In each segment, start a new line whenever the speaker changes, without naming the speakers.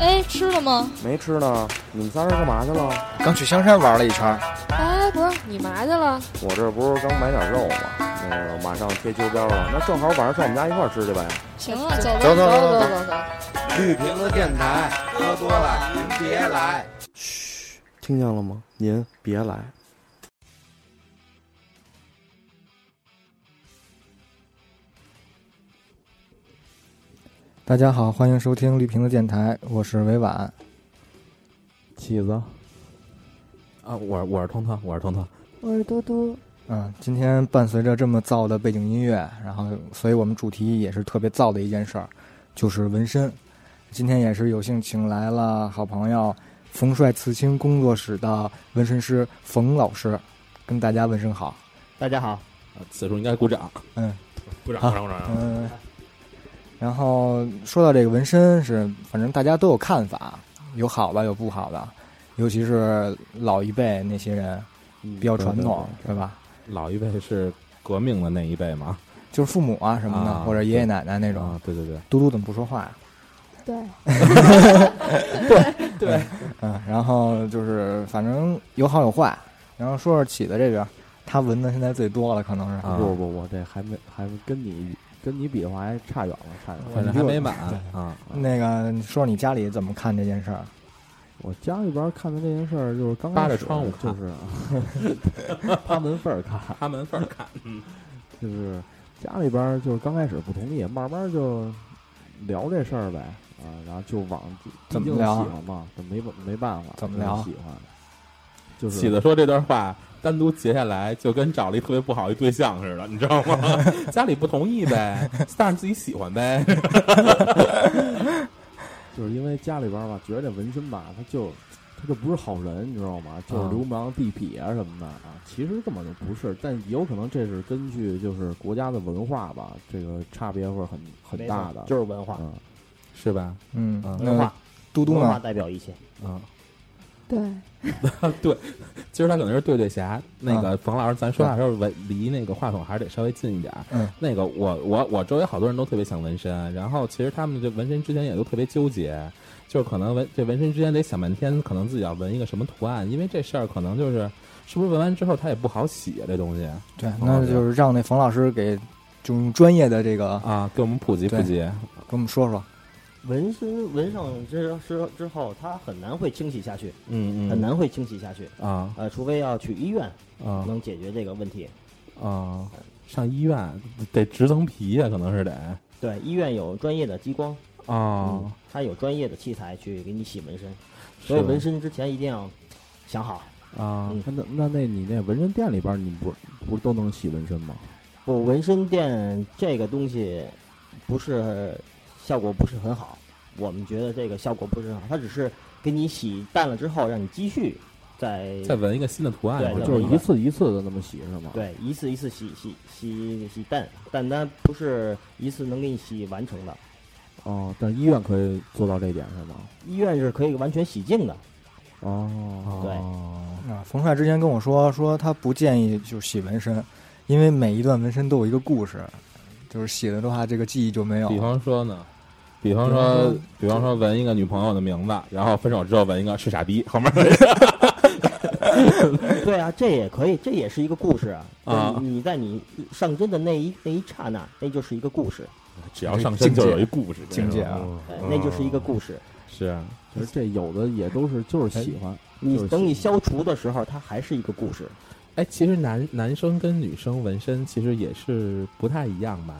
哎，吃了吗？
没吃呢，你们仨人干嘛去了？
刚去香山玩了一圈，
啊
哎，不是你嘛去了？
我这不是刚买点肉吗？那个马上贴秋膘了，那正好晚上上我们家一块儿吃去呗。
行了，走吧，
走走
走
走走
走走。
绿瓶子电台，喝多了您别来。
听见了吗？您别来。
大家好，欢迎收听绿瓶子电台，我是维婉。
起子，啊，我我是彤彤，我是彤彤。
我是嘟嘟，
嗯，今天伴随着这么燥的背景音乐，然后，所以我们主题也是特别燥的一件事儿，就是纹身。今天也是有幸请来了好朋友冯帅刺青工作室的纹身师冯老师，跟大家问声好。
大家好，
此处应该鼓掌，
嗯，
鼓掌，鼓掌，鼓掌。
嗯，然后说到这个纹身是，反正大家都有看法，有好的有不好的，尤其是老一辈那些人
嗯
比较传统，是吧？
老一辈是革命的那一辈嘛，
就是父母啊什么的，
啊
或者爷爷奶奶那种。
啊，对对
嗯
对，
嘟嘟怎么不说话呀、
对，
嗯，然后就是反正有好有坏，然后说说起的这边，他纹的现在最多了，可能是。
啊
不不，我这还没还没跟你跟你比的话还差远了，差远了。嗯
反正还没满啊。
那个，你说说你家里怎么看这件事儿？
我家里边看的这件事儿就是刚
扒
开
着
始
窗户
就
看
是 趴门缝儿看，
他门缝看，
就是家里边就是刚开始不同意，慢慢就聊这事儿呗啊，然后就往
怎么
毕竟
聊啊
喜欢嘛，就没办没办法，
怎么聊
就
啊
是喜欢？就是
喜子说这段话单独截下来，就跟找了一特别不好一对象似的，你知道吗？ 家里不同意呗，但是自己喜欢呗。
就是因为家里边儿吧，觉得这纹身吧，他就他就不是好人，你知道吗？就是
啊
流氓、地痞啊什么的啊。其实根本就不是，但有可能这是根据就是国家的文化吧，这个差别会很很大的。
就是文化，
嗯，
是吧？
嗯，
嗯
那嘟嘟
文化
呢？
代表一切。
嗯，
对，
今儿他可能是对对侠，那个冯老师，咱说话的时候围离那个话筒还是得稍微近一点儿。
嗯，
那个我我我周围好多人都特别想纹身，然后其实他们这纹身之前也都特别纠结，就是可能纹这纹身之前得想半天，可能自己要纹一个什么图案，因为这事儿可能就是是不是纹完之后他也不好洗啊这东西
对，
冯老
那
师
就是让那冯老师给，就用专业的这个
啊，给我们普及普及。
给我们说说。
纹身纹上之之之后，它很难会清洗下去，
嗯嗯，
很难会清洗下去。
啊
呃，除非要去医院
啊
能解决这个问题。
啊！上医院得植层皮呀、可能是得
对，医院有专业的激光，
啊
嗯，，它有专业的器材去给你洗纹身，
是
所以纹身之前一定要想好。
啊
嗯，
那那那那你那纹身店里边儿你不不是都能洗纹身吗？
不，纹身店这个东西不是效果不是很好，我们觉得这个效果不是很好，它只是给你洗淡了之后，让你继续再
再纹一个新的图案
对
是吧，
对
就是一次一次的那么洗是吗？，
对一次一次洗洗洗洗淡，但它不是一次能给你洗完成的，
哦，但是医院可以做到这一点是吗？
医院是可以完全洗 净的。
哦，
对
啊，冯帅之前跟我说，说他不建议就是洗纹身，因为每一段纹身都有一个故事，就是洗了的话，这个记忆就没有
比
了。
方说呢，比方说，比方说纹一个女朋友的名字，然后分手之后纹一个是傻逼，后面
对啊，这也可以，这也是一个故事啊。
啊
就是你你在你上针的那一那一刹那，那就是一个故事，
只要上身就有一故事，
境界啊
嗯
对那就是一个故事。
是啊
其实这有的也都是就是喜欢，就
哎你
是
等
洗
你消除的时候，它还是一个故事。
哎，其实男男生跟女生纹身其实也是不太一样吧。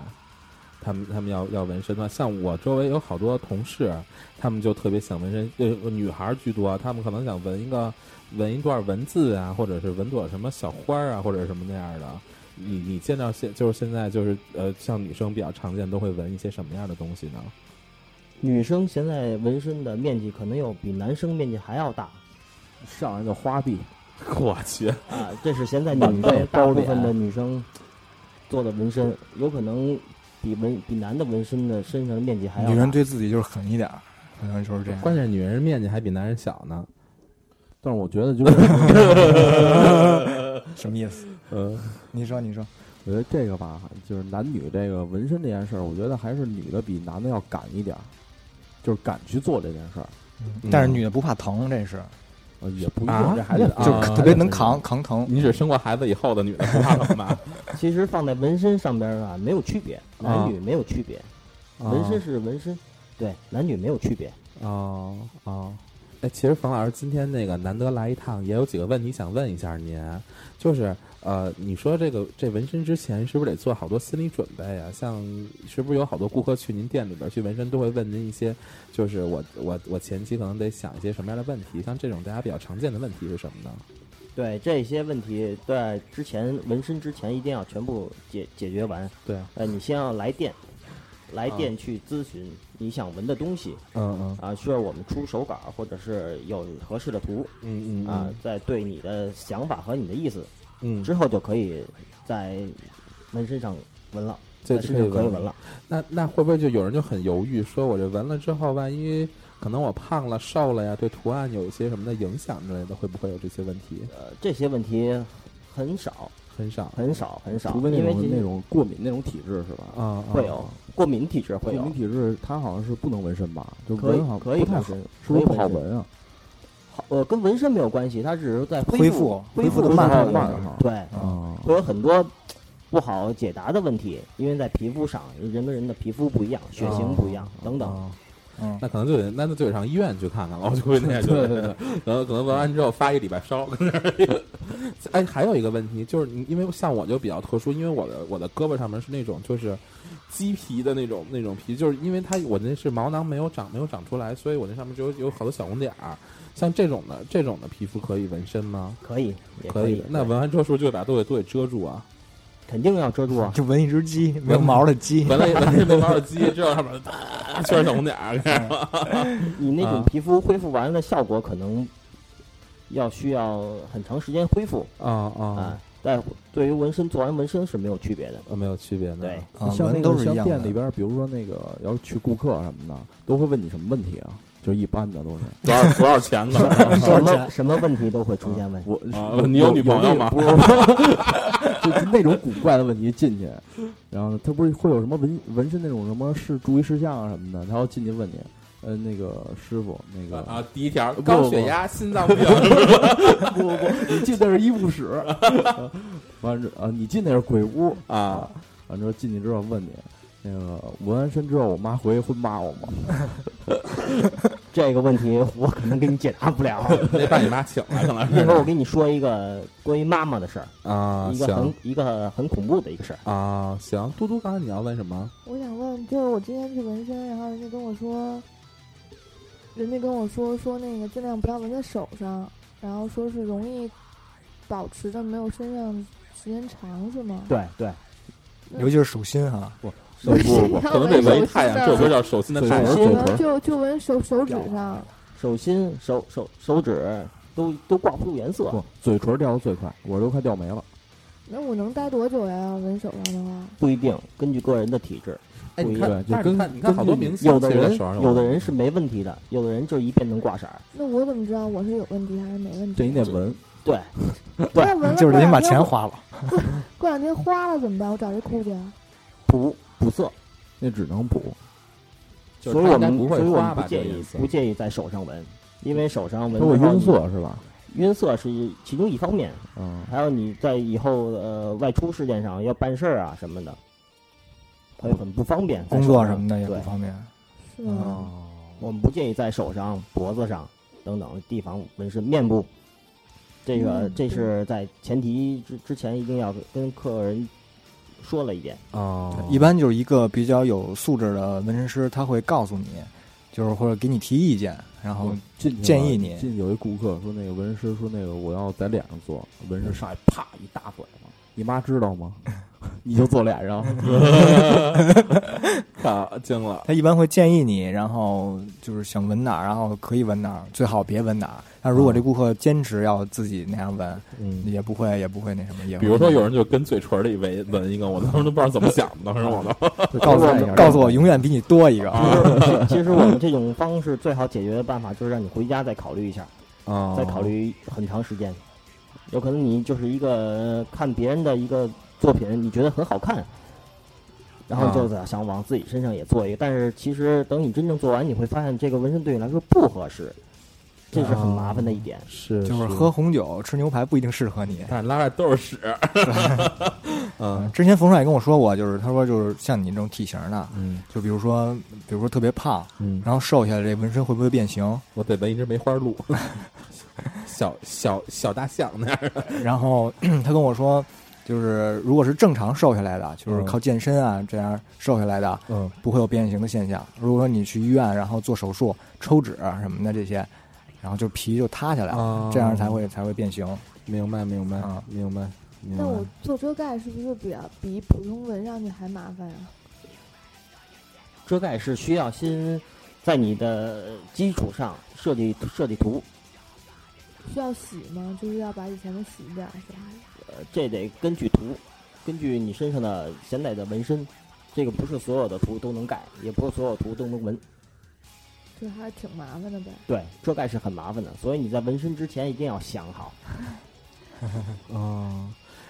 他们他们要要纹身的话，像我周围有好多同事，他们就特别想纹身，呃，女孩儿居多，他们可能想纹一个纹一段文字啊，或者是纹朵什么小花儿啊，或者什么那样的。你你见到现就是现在就是呃，像女生比较常见都会纹一些什么样的东西呢？
女生现在纹身的面积可能要比男生面积还要大
上来就花臂。
我去，
啊， 这是现在
满
女
背
生大
包
部
脸
分的女生做的纹身，有可能比纹比男的纹身的身上的面积还要大
女人对自己就是狠一点儿，可能就是
啊
这样。
关键女人面积还比男人小呢。
但是 我觉得就是，
什么意思？嗯
呃，
你说，你说，
我觉得这个吧，就是男女这个纹身这件事儿，我觉得还是女的比男的要敢一点儿，就是敢去做这件事儿，
嗯
但是女的不怕疼，这是
呃也不一
啊
定，这还得
啊
就
啊
是特别能扛扛疼。
你只生过孩子以后的女的不怕疼吧？
其实放在纹身上边儿啊，没有区别，
啊
男女没有区别，
啊
纹身是纹身，对，男女没有区别。
哦哦，哎，其实冯老师今天那个难得来一趟，也有几个问题想问一下您，就是呃，你说这个这纹身之前是不是得做好多心理准备啊？像是不是有好多顾客去您店里边去纹身，都会问您一些，就是我我我前期可能得想一些什么样的问题？像这种大家比较常见的问题是什么呢？
对这些问题，在之前纹身之前一定要全部解解决完。
对啊，
呃，你先要来电，来电去咨询你想纹的东西
嗯嗯
啊，需要我们出手稿，或者是有合适的图
嗯嗯
啊，再对你的想法和你的意思，
嗯，
之后就可以在纹身上纹了，
这
在
这
身
可以
上可以
纹
纹了。
那那会不会就有人就很犹豫，说我这纹了之后，万一可能我胖了、瘦了呀，对图案有一些什么的影响之类的，会不会有这些问题？
呃，这些问题很少，
很少
很少，很少，
除非
因
那
为
种
这
那种过敏那种体质是吧？
啊，啊
会有过敏体质
过
会有
敏，体质它好像是不能纹身吧？就
可以
纹好像
可以
不太
纹
好，
身，
是不是
可
不
以
好
身？
纹啊？
好，呃，跟纹身没有关系，它只是在
恢
复
复
恢
恢复
的
得
时
慢
候
一
慢
点
点儿
对，
啊，
会有很多不好解答的问题，因为在皮肤上，人跟人的皮肤不一样，血型不一样，等等。
啊
嗯，
那可能就得那就得上医院去看看了，我就会那样就
对对对
可能可能纹完之后发一礼拜烧。跟那儿 哎，还有一个问题就是你，因为像我就比较特殊，因为我的我的胳膊上面是那种就是鸡皮的那种那种皮，就是因为它我那是毛囊没有长没有长出来，所以我那上面就有有好多小红点儿。像这种的这种的皮肤可以纹身吗？
可以，也
以
以
的。，那
对
纹完之后是不是就得把都得都得遮住啊？
肯定要遮住啊！
就纹一只鸡，没有毛的鸡，
纹了纹了那毛的鸡之后，上面 啪全是小红点儿。这
嗯
样
你那种
啊
皮肤恢复完了效果，可能要需要很长时间恢复
啊啊
啊。但对于纹身，做完纹身是没有区别的。
啊，没有区别呢。
对，
啊，
像那
纹
个
都是一
像
样
店里
的。
边儿，比如说那个要是去顾客什么的，都会问你什么问题啊？就是一般的都是。
多少多少钱呢？
啊
什么什么问题都会出现问题。
我
啊你有女朋友吗
有那种不是 就那种古怪的问题进去，然后他不是会有什么纹纹身那种什么是注意事项啊什么的，他要进去问你，呃，那个师傅，那个
啊，第一条
不
高血压、心脏病，
不不不，你进那是医务室， 完了之啊，你进那是鬼屋
啊，
完之后进去之后问你，那个纹完身之后，我妈回去会骂我吗？
这个问题 我可能给你解答不了。
得把你妈请来，可能
一会儿我跟你说一个关于妈妈的事儿，
啊，
一个很
行
一个很恐怖的一个事儿。
啊，行。嘟嘟，刚才你要问什么？
我想问，就是我今天去纹身，然后人家跟我说，人家跟我说说那个尽量不要纹在手上，然后说是容易保持着没有身上时间长，是吗？
对对，
尤其是手心哈、
不是
不不，可能得围太阳，这不叫手心的太阳。
手
可
指
能就就纹手手指上，
手心、手手手指都都挂不住颜色。
不，嘴唇掉的最快，我都快掉没了。
那我能待多久呀？纹手上的话，
不一定，根据个人的体质，
哎，你看，
对就
但是
跟
你看，你看好多明星，
有的人
其实手上
有的人是没问题的，有的人就是一遍能挂色儿。
那我怎么知道我是有问题还是没问题？啊
这你得纹，
对，对
那纹了
就是
过
得先把
两天
钱
我
花了。
过两天花了怎么办？我找谁补去啊？
补补色，
那只能补。
就是
所以我
他应该
们
不
所以
会
我
花
们
吧
不
这个
建
意
议
思
不建议在手上纹，因为手上
它
纹
会
的话
晕
你
色是吧？
晕色是其中一方面，
嗯，
还有你在以后呃外出事件上要办事儿啊什么的，会很不方便。
工作什么的也不
对，
方便。
是吗？
哦
我们不建议在手上、脖子上等等地方纹身，面部。这个
嗯
这是在前提之之前一定要跟客人说了一 遍，
哦
一般就是一个比较有素质的纹身师，他会告诉你，就是或者给你提意见，然后
进去了
建议你
进有一顾客说那个纹身师说那个我要在脸上做，纹身上来啪一大嘴巴，你妈知道吗？ 你就做脸上，
靠，啊惊了。
他一般会建议你，然后就是想纹哪儿，然后可以纹哪儿，最好别纹哪儿。但如果这顾客坚持要自己那样纹，
嗯，
也不会也不会那什么。也
比如说有人就跟嘴唇里纹纹一个，我当时都不知道怎么想的，当时我都
告诉我，告诉我永远比你多一个。啊
其实其实我们这种方式最好解决的办法就是让你回家再考虑一下，
啊
再考虑很长时间。有可能你就是一个看别人的一个作品，你觉得很好看，然后就是想往自己身上也做一个，但是其实等你真正做完，你会发现这个纹身对你来说不合适，这是很麻烦的一点。
嗯是
就是喝，红酒、吃牛排不一定适合你。 啊
但是拉链都是屎。嗯
之前冯帅也跟我说过，就是他说就是像你这种体型的，
嗯
就比如说比如说特别胖，
嗯，
然后瘦下来这纹身会不会变形？
我得纹一只梅花鹿，小小小大象那样。
然后 他跟我说，就是如果是正常瘦下来的，就是
嗯
靠健身啊这样瘦下来的，
嗯，
不会有变形的现象。如果说你去医院，然后做手术、抽脂啊什么的这些，然后就皮就塌下来了，
啊
这样才会才会变形。
明白明白
啊
明白明
那我做遮盖是不是比较比普通纹上去还麻烦啊呀、
遮盖是需要先在你的基础上设计设计图，
需要洗吗？就是要把以前的洗掉是吧？
呃，这得根据图，根据你身上的现在的纹身，这个不是所有的图都能盖，也不是所有图都能纹。
这还是挺麻烦的呗。
对，遮盖是很麻烦的，所以你在纹身之前一定要想好。
哦，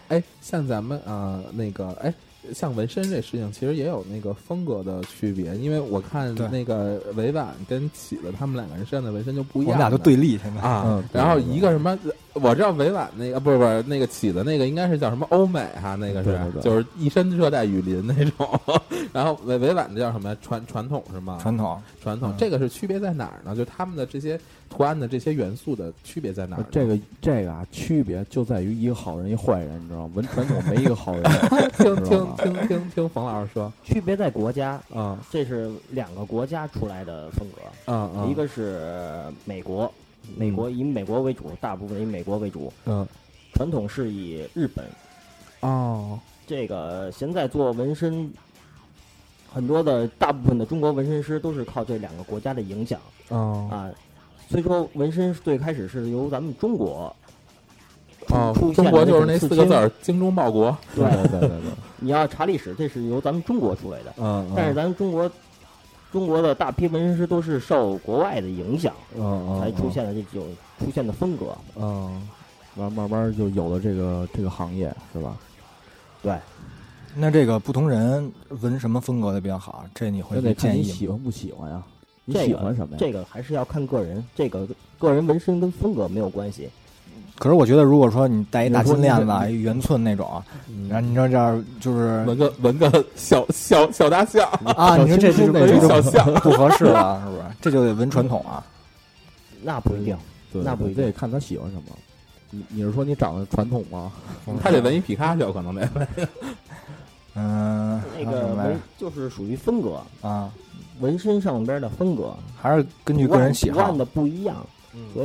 哎，像咱们啊、呃那个哎。像纹身这事情，其实也有那个风格的区别，因为我看
对
那个委婉跟起子他们两个人身上的纹身就不一
我
样
们
的。
俩就对立现在。
啊，
嗯
然后
对对
一个什么，我知道委婉那个，不是不是那个起的那个应该是叫什么欧美哈，那个是
对对对
就是一身热带雨林那种， 然后委委婉的叫什么呀传传统是吗？
传统
传统
嗯
这个是区别在哪儿呢？就他们的这些图案的这些元素的区别在哪儿呢？
这个这个啊，区别就在于一个好人一坏人，你知道吗？文传统没一个 好人，
听
知道
听
吗
听听听冯老师说，
区别在国家，
嗯
这是两个国家出来的风格，
嗯嗯，
一个是美国，美国以美国为主，大部分以美国为主，
嗯
传统是以日本。
哦
这个现在做纹身，很多的大部分的中国纹身师都是靠这两个国家的影响。
哦
啊，虽说纹身最开始是由咱们中国
哦
出，现
中
的
国就是
那
那四
种刺
个字
青
儿“精忠报国
对
对，
对对对对，
你要查历史，这是由咱们中国出来的。
嗯”， 嗯，
但是咱们中国，中国的大批纹身师都是受国外的影响，
嗯嗯
才出现了这种出现的风格。
嗯
慢慢慢就有了这个这个行业是吧？
对，
那这个不同人纹什么风格的比较好？这你
那
会
得看
建
你
议
喜欢不喜欢呀？你
这个
喜欢什么呀？
这个还是要看个人，这个个人纹身跟风格没有关系。
吗？可是我觉得，如果说你戴一大金链
比如
子
说
啊、
你
一圆寸那种，
嗯
然后你说这样就是
纹个纹个小小小大象，
啊，你说这这就
那
这
种
就
小象
不合适了，啊是不是？这就得纹传统啊。
那不一定，
对
那不一定
这得看他喜欢什么。你你是说你长得传统 吗？
他得纹一皮卡丘，可能得。
嗯，还
那
有
个
什么
纹
来
就是属于风格，
着啊，
纹身上边的风格，
还是根据
图
个人
案
喜
图
好
案。的不一样。所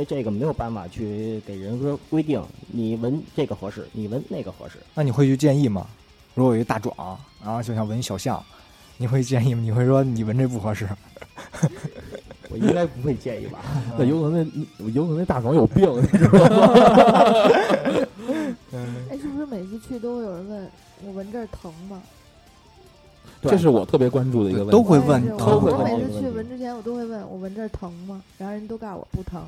嗯
以这个没有办法去给人说规定，你纹这个合适，你纹那个合适。
那你会去建议吗？如果有一大壮，然后就想纹小象，你会建议吗？你会说你纹这不合适？
我应该不会介意吧？
那有可能那有可能那大壮有病，你知道吗？
嗯，
哎，是不是每次去都会有人问我纹这儿疼吗？
这是我特别关注的一个问题，
都会
我也
问
是
疼
我
会
我
问
每
这个
次去
问题
纹之前，我都会问我纹这儿疼吗？然后人都告诉我不疼，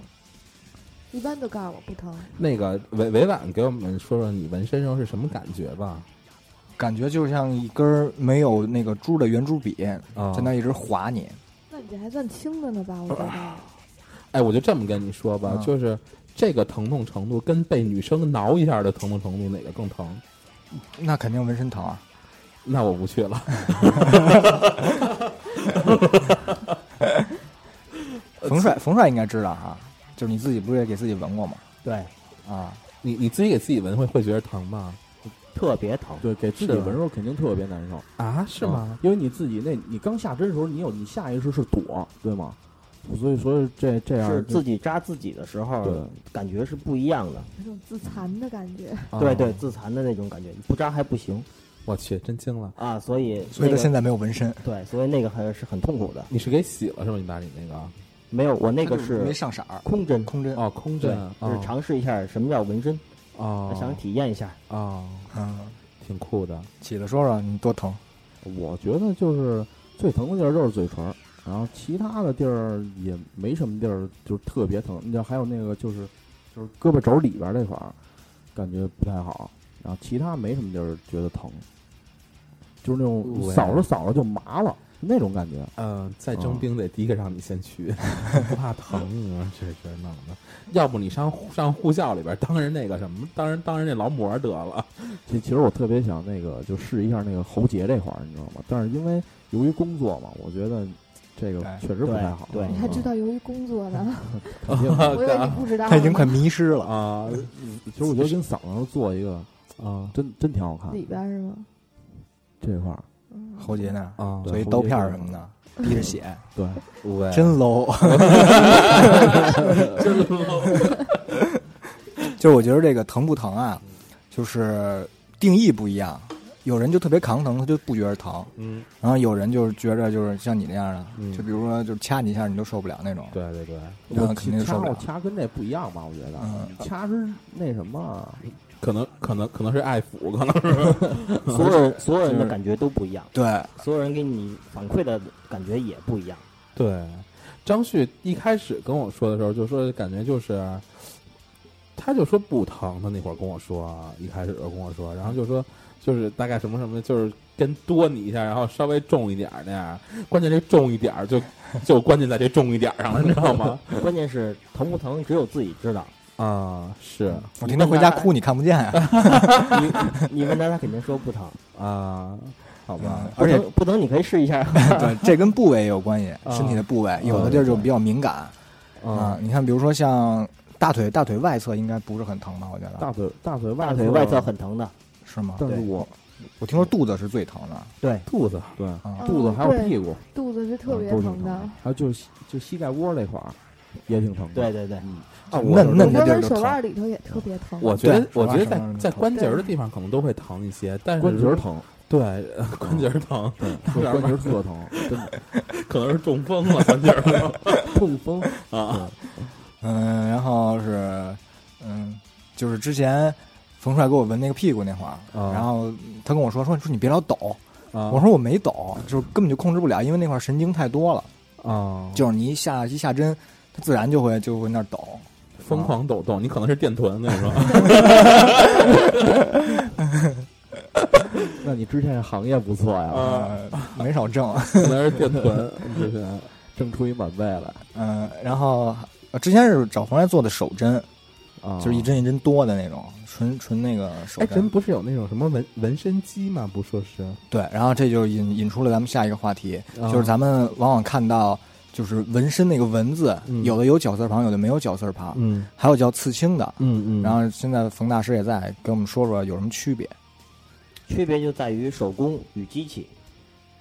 一般都告诉我不疼。
那个委委婉给我们说说你纹身上是什么感觉吧？
感觉就像一根儿没有那个珠的圆珠笔，
啊
在那一直划你。
那你这还算轻的呢吧？我觉得。
哎，我就这么跟你说吧，
嗯
就是这个疼痛程度跟被女生挠一下的疼痛程度哪个更疼？
那肯定纹身疼啊！
那我不去了。
冯帅，冯帅应该知道哈，就是你自己不是也给自己纹过吗？
对，
啊，
你你自己给自己纹会会觉得疼吗？
特别疼。
对，给自己
是
纹的时候肯定特别难受，
啊，是
嗯
吗？？
因为你自己那，你刚下针的时候，你有你下意识是躲，对吗？所以说这这样
是
啊就
自己扎自己的时
对
候，感觉是不一样的。
有种自残的感觉，
啊
对对，自残的那种感觉，你不扎还不行。
我去，真惊了！
啊，所以
所以
那
他
个
现在没有纹身，
对，所以那个还是很痛苦的。
你是给洗了是吗？你把你那个
没有，我那个
他就是没
是
上色儿，
空针，
空针。
哦，空
对
针，
就是
哦
尝试一下什么叫纹身，
哦，
想体验一 下。
哦，
嗯，
挺酷的。
起子说啊说你多疼，
我觉得就是最疼的地儿就是嘴唇儿，然后其他的地儿也没什么地儿就是特别疼。你知道还有那个就是就是胳膊肘里边儿这块儿感觉不太好，然后其他没什么地儿觉得疼，就是那种
喂
扫着扫着就麻了那种感觉。
嗯，在征
哦
兵得第一个让你先 去，不怕疼，你说这这弄的。要不你上上护校里边当人那个什么，当人当人那劳模得 了。
其其实我特别想那个就试一下那个喉结这块儿，你知道吗？但是因为由于工作嘛，我觉得这个确实不太好。啊
对对
你还知道由于工作呢？
肯定的？
我以为你不知道呢。
他已经快迷失了。
啊
其实我觉得跟嗓子上做一个，
啊
真真挺好看的。
里边是吗？
这块儿，
嗯，
喉结那儿，
哦
啊！
所以刀片儿什么的，滴着血，
对，
喂，
真 low。
真
就是我觉得这个疼不疼啊，就是定义不一样。有人就特别扛疼，他就不觉得疼；
嗯，
然后有人就是觉着就是像你那样的，
嗯
就比如说就是掐你一下你都受不了那种。
对对对，
那
我
肯定受
掐
不了
我掐跟这不一样吧？我觉得
嗯，
掐是那什么，啊
可能可能可能是爱抚，可能是
所有人所有人
就
的
是
感觉都不一样，
对，
所有人给你反馈的感觉也不一样。
对，张旭一开始跟我说的时候，就说感觉就是，他就说不疼，他那会儿跟我说，一开始就跟我说，然后就说就是大概什么什么，就是跟多你一下，然后稍微重一点儿那样。关键这重一点儿就就关键在这重一点儿上了，你知道吗？
关键是疼不疼，只有自己 知道。
啊，是
我天天回家哭，你看不见 啊。
你你问他，他肯定说不疼。
啊，好吧，
嗯
而且
不疼不疼，你可以试一 下。
对，这跟部位也有关系，
啊
身体的部位，有的地儿就比较敏感啊
啊。，
你看，比如说像大腿，大腿外侧应该不是很疼吧？我觉得
大腿大腿外
大腿外侧，很疼的，
是吗？
但是
对
我
我听说肚子是最疼的
肚子
对
啊
嗯
肚子还有
对
屁股啊
肚子是特别
都挺
疼的，
还有就膝就膝盖窝那块儿也挺疼的。
对对对，
啊，我
嫩嫩
你
的
看
地儿
我
就
手
疼。
腕里头也特别疼。
我觉得
对
我觉得
手腕上
在在
疼
关节儿的地方可能都会疼一些，但是
关节
如
儿
果
疼，
对呃关节儿疼，
对关节儿特疼，真的
可能是中风了关节儿疼。
痛风。
啊，
嗯，然后是，嗯，就是之前冯帅给我闻那个屁股那会儿，
啊
然后他跟我说说说你别老抖，
我
我说我没抖，就是根本就控制不了，因为那块儿神经太多了，
啊，
就是你一下一下针，它自然就会就会那儿抖。
疯狂抖动，你可能是电臀，我跟你说，
那你之前行业不错呀，
啊
呃，没少挣，
可能是电臀，
之 前挣出一满背来
嗯、然后呃之前是找冯帅做的手针，
啊，
就是一针一针多的那种，纯纯那个手
哎，
针
真。不是有那种什么纹纹身机吗？不说是，
啊
对，然后这就引引出了咱们下一个话题，
啊
就是咱们往往看到就是纹身那个文字，
嗯
有的有绞丝旁，有的没有绞丝旁，
嗯
还有叫刺青的。
嗯嗯
然后现在冯大师也在跟我们说说有什么区别。
区别就在于手工与机器。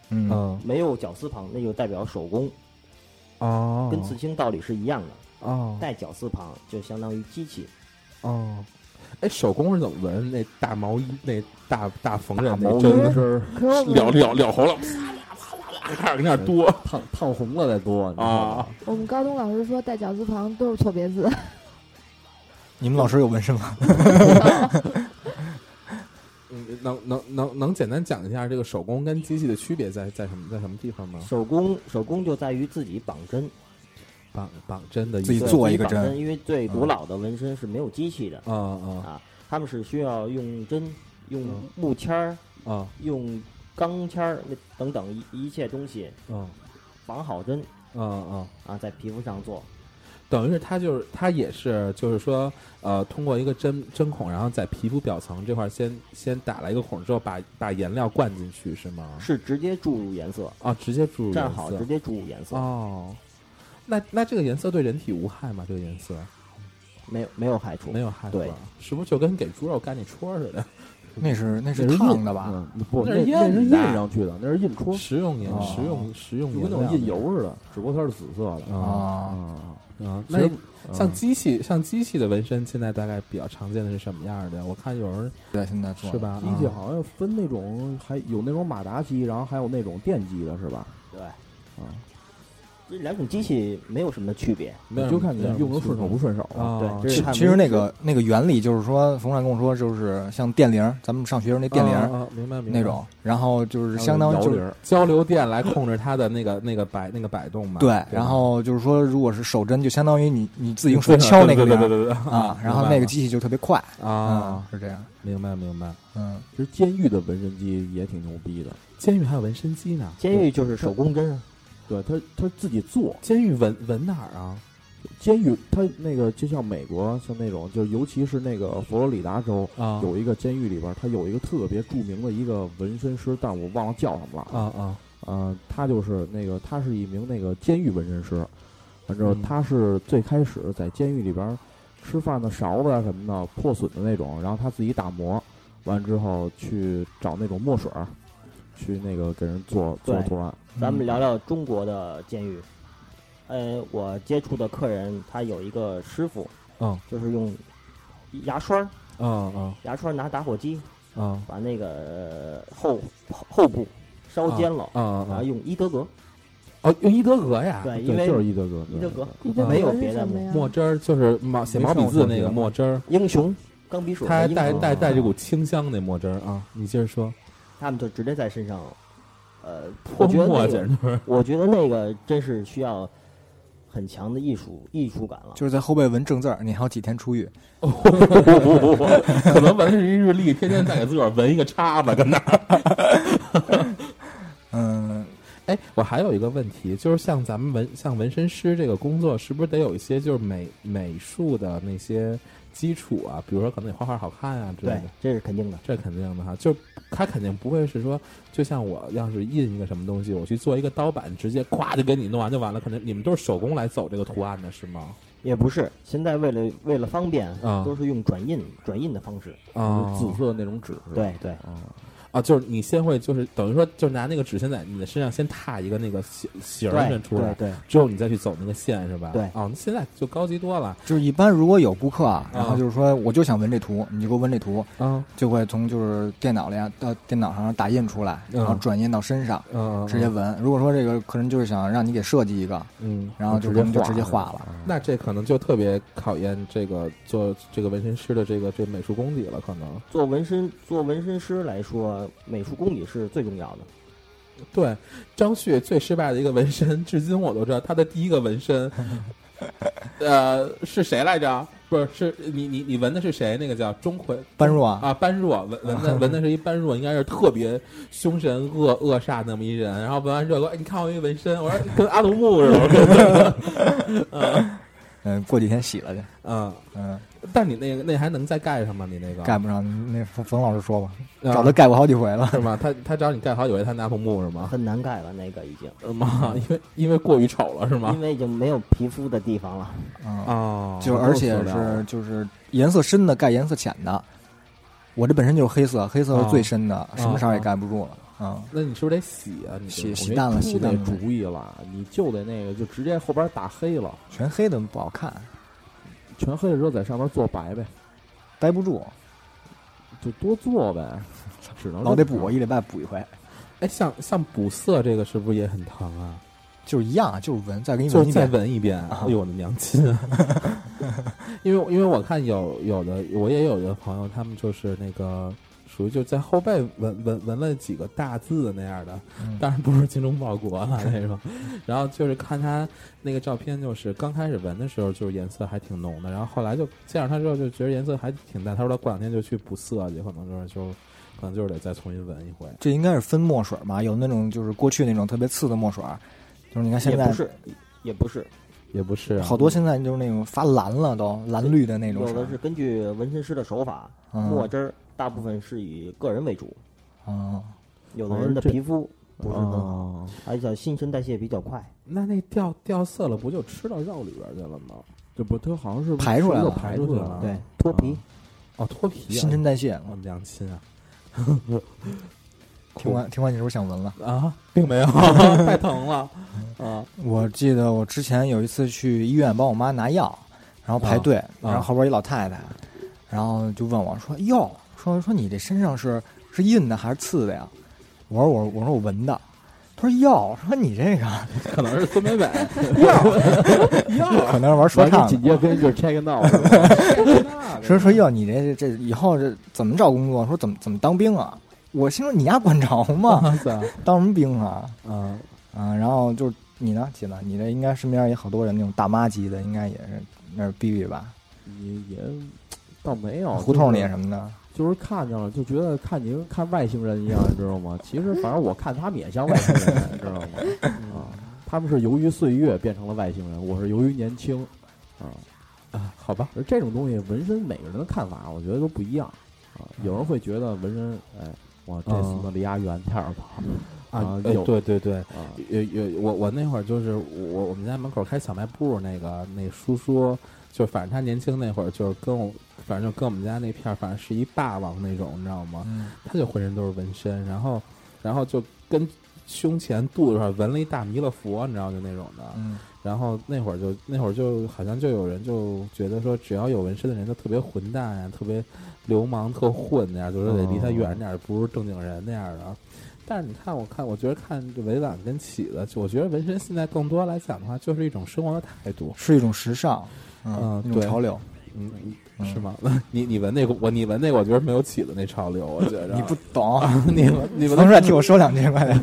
嗯，
嗯
没有绞丝旁，那就代表手工，
哦，
跟刺青道理是一样的。
啊
哦
带绞丝旁就相当于机器，
哦，哎，手工是怎么纹？那大毛衣，那大大缝纫
大毛
那
衣
针
是
可是我
了
们
了了喉咙，啪啪啪啪啪，跟那儿多
烫烫红了再多
啊，
我们高中老师说带绞丝旁都是错别字，
你们老师有纹身吗？
嗯能能能能简单讲一下这个手工跟机器的区别在在什么在什么地方
啊
吗？
手工手工就在于自己绑针，
绑绑针的意思
自己
对
做
自
一
己
个
绑
针
针，因为最古老的纹身是没有机器的
啊啊
啊，他们是需要用针、用
嗯
木签儿、
啊
嗯
用钢签儿那等等一一切东西
啊
绑好针
啊啊！
啊，在皮肤上做。
等于是它就是它也是就是说呃，通过一个针针孔，然后在皮肤表层这块儿先先打了一个孔之后把，把颜料灌进去是吗？
是直接注入颜色，
啊，直接嗯注入
站
颜
好
色
直接注入颜色，
哦。那那这个颜色对人体无害吗？这个颜色
没有没有害处
没。有害是
对
吧？是不是就跟给猪肉干那戳似的？
那是那
那
是
是
烫
印
的吧？？
嗯不，
那
那
是啊印
那是印
的
上去的，那是印戳，
食用颜、
哦
食用食用
就
颜
跟那
料
种印油似的，只不过它是紫色的
啊
啊，
啊。
啊，
那
所以
嗯
像机器，像机器的纹身，现在大概比较常见的是什么样的？我看有人
对，现在做
是？吧？
机器
啊，
好像分那种，还有那种马达机，然后还有那种电机的，是吧？
对，
啊，
这两种机器没有什么区别。
没有
就
什么
看你
没有什么
用的
区
顺手
别
不顺手了。
啊，
对
这
这
其
看
其实
文
那
字
个那个原理就是说，冯帅跟我说，就是像电铃，咱们上学时候那电铃、
啊啊啊明白明白
那种，然后就是相当于
摇
就
铃
是
儿，
交流电来控制它的那个那个摆那个摆动嘛。
对
吧，
然后就是说，如果是手针，就相当于你你自己用手
对
敲那个
对
铃
对
儿
对对对
啊，然后那个机器就特别快
啊，
嗯是这样，
明白明白。
嗯，
其实监狱的纹身机也挺牛逼的，
监狱还有纹身机呢，
监狱就是手工针啊，
对他他自己做
监狱纹纹哪儿啊？
监狱，他那个就像美国像那种，就尤其是那个佛罗里达州。
啊
有一个监狱里边儿，他有一个特别著名的一个纹身师，但我忘了叫什么了
啊啊
呃，他就是那个，他是一名那个监狱纹身师。反
嗯
正他是最开始在监狱里边儿吃饭的勺子啊什么的破损的那种，然后他自己打磨，完之后去找那种墨水儿，去那个给人做做
对
图案。
嗯
咱们聊聊中国的监狱。呃，我接触的客人他有一个师傅，
嗯，
就是用牙刷儿，
啊啊
牙刷儿拿打火机
啊
把那个呃后后后部烧
啊
尖了，
啊
然后
啊！
用伊德格，
哦，用伊德格呀，
哎
对，因
对，就是
为
伊德哥，
伊
对
德格
你这
没
有
纹是
别的
什么
吗
呀
墨汁儿就是毛写
没
毛笔
上
字
过
那
学
个
吗
墨汁儿，
英雄钢笔水
它还
的英
带
雄，
带带这股清香那墨汁儿啊。你接着说，
他们就直接在身上，呃，
泼
我觉得
墨
那
简
个，
直是
我觉得那个真是需要很强的艺术艺术感了。
就是在后背纹正字儿，你还有几天出狱？
可能纹是一日历，天天在给自个儿纹一个叉子，跟那儿。
嗯，
哎，我还有一个问题，就是像咱们纹像纹身师这个工作，是不是得有一些就是美美术的那些基础啊？比如说可能得画画好看啊之类
对
的。，
这是肯定的。
这肯定的哈，就他肯定不会是说，就像我要是印一个什么东西，我去做一个刀板，直接咵就给你弄完就完了。可能你们都是手工来走这个图案的是吗？
也不是，现在为了为了方便，
啊
都是用转印转印的方式。
哦
啊
紫色那种纸是吧？
对对，
啊，
啊，就是你先会就是等于说，就是拿那个纸先在你的身上先踏一个那个形形儿
对
先出
对
来，
对，
之后你再去走那个线是吧？
对
啊，那现在就高级多了
就是一般如果有顾客啊，然
啊
后就是说我就想纹这图，你就给我纹这图，
嗯
啊，
就会从就是电脑里啊到电脑上打印出来，
嗯
然后转印到身上。
嗯，
直接纹。如果说这个客人就是想让你给设计一个，
嗯，
然后就
接
可能就直接
画
画
嗯
了。
啊
那这可能就特别考验这个做这个纹身师的这个这美术功底了，可能。
做纹身做纹身师来说，美术功底是最重要的。
对，张旭最失败的一个纹身，至今我都知道。他的第一个纹 身，呃，是谁来着？不是，是你你你纹的是谁？那个叫钟馗
般若啊，
啊，般若纹纹 的纹的是一般若，应该是特别凶神恶恶煞那么一人。然后纹完之后，哎，你看我一纹身，我说跟阿童木似的我 说。
嗯，过几天洗了去，
嗯，
嗯，
但你那个那还能再盖上吗？你那个
盖不上。那冯冯老师说吧，
啊
找他盖过好几回了。
是吗？他他找你盖好几回，他拿红木是
啊
吗？
很难盖了，那个已经，
是吗？因为因为过于丑了是吗
因？为已经没有皮肤的地方了。
嗯，
哦，
就而且
啊
是就是颜色深的盖颜色浅的，我这本身就是黑色，黑色
啊
是最深的，什么色儿也盖不住了。嗯，
那你是不是得洗啊？你这
洗
个
洗淡了，洗
出
淡
那
了，
主意了，你就得那个，就直接后边打黑了，
全黑的不好看，
全黑了之后在上面做白呗，
待不住，
就多做呗，只能
老得
这么
补，
着
一礼拜补一回，
哎，像像补色这个是不是也很疼啊？
就是一样，就是纹，再给你
就
纹
是
一
再
遍。
闻一遍，哎呦我的娘亲啊！ 因为因为我看有有的我也有一个朋友，他们就是那个属于就在后背纹纹纹了几个大字的那样的，
嗯
当然不是精忠报国了那种。 然后就是看他那个照片，就是刚开始纹的时候就是颜色还挺浓的，然后后来就见着他之后就觉得颜色还挺淡。他说他过两天就去补色去，可能就是就可能就是得再重新纹一回。
这应该是分墨水吧？有那种就是过去那种特别次的墨水，就是你看现
也
在
不是，也不是，
也不是啊
好多现在就是那种发蓝了都蓝绿的那种
有
色
的是根据纹身师的手法，
嗯
墨汁儿大部分是以个人为主，
嗯，
有的人的皮肤
嗯
不是
哦
很好，
啊，
而且新陈代谢比较快。
那那掉掉色了，不就吃到肉里边去了吗？
这不，它好像是
排出来了
是不是排出去了，
啊
对，脱皮
哦，脱皮、啊，
新陈代谢
我们良心啊！
听完听完你是不是想纹了？嗯
啊，并 没有，太疼了啊！
我记得我之前有一次去医院帮我妈拿药，然后排队，
啊
然后后边一老太太，然后就问我说：“哟，说说你这身上是是印的还是刺的呀？”我说我我说我纹的。她说：“哟，说你这个
可能是孙美美，
可能是玩说
完了
唱
紧
的，
接着跟 就是 check now，是吧
说说哟，你这这以后这怎么找工作？说怎么怎么当兵啊？我心说你丫管着吗？
哇塞，
当什么兵啊？
啊，
啊，然后就是你呢，姐呢？你这应该身边也好多人那种大妈级的，应该也是那是逼逼吧？
也也倒没有，
哦
胡同里
就是
什么的。
就是看见了，就觉得看你跟看外星人一样，你知道吗？其实反正我看他们也像外星人，你知道吗？
嗯
啊，
嗯
他们是由于岁月变成了外星人，我是由于年轻。啊，
啊好吧，
而这种东西纹身每个人的看法，我觉得都不一样。啊，有人会觉得纹身，哎，哇，这
嗯
孙子离家远点儿吧？啊，
哎
有
对对对，
啊，
有有我我那会儿就是我我们家门口开小卖部那个那叔叔，就反正他年轻那会儿就是跟我，反正就跟我们家那片儿，反正是一霸王那种，你知道吗？
嗯，
他就浑身都是纹身，然后然后就跟胸前肚子上纹了一大弥勒佛，你知道就那种的。
嗯，
然后那会儿就那会儿就好像就有人就觉得说，只要有纹身的人就特别混蛋呀、特别流氓、特混那样，就是得离他远点儿，不是正经人那样的。啊但是你看，我看，我觉得看这委婉跟起的，就我觉得纹身现在更多来讲的话，就是一种生活的态度，
是一种时尚，
嗯
一种
对
潮流。
嗯，
嗯
是吗？ 你你纹那个，我你纹那个，我觉得没有起的那潮流，我觉着
你不懂，
你们啊你们
冯帅替我说两句快点。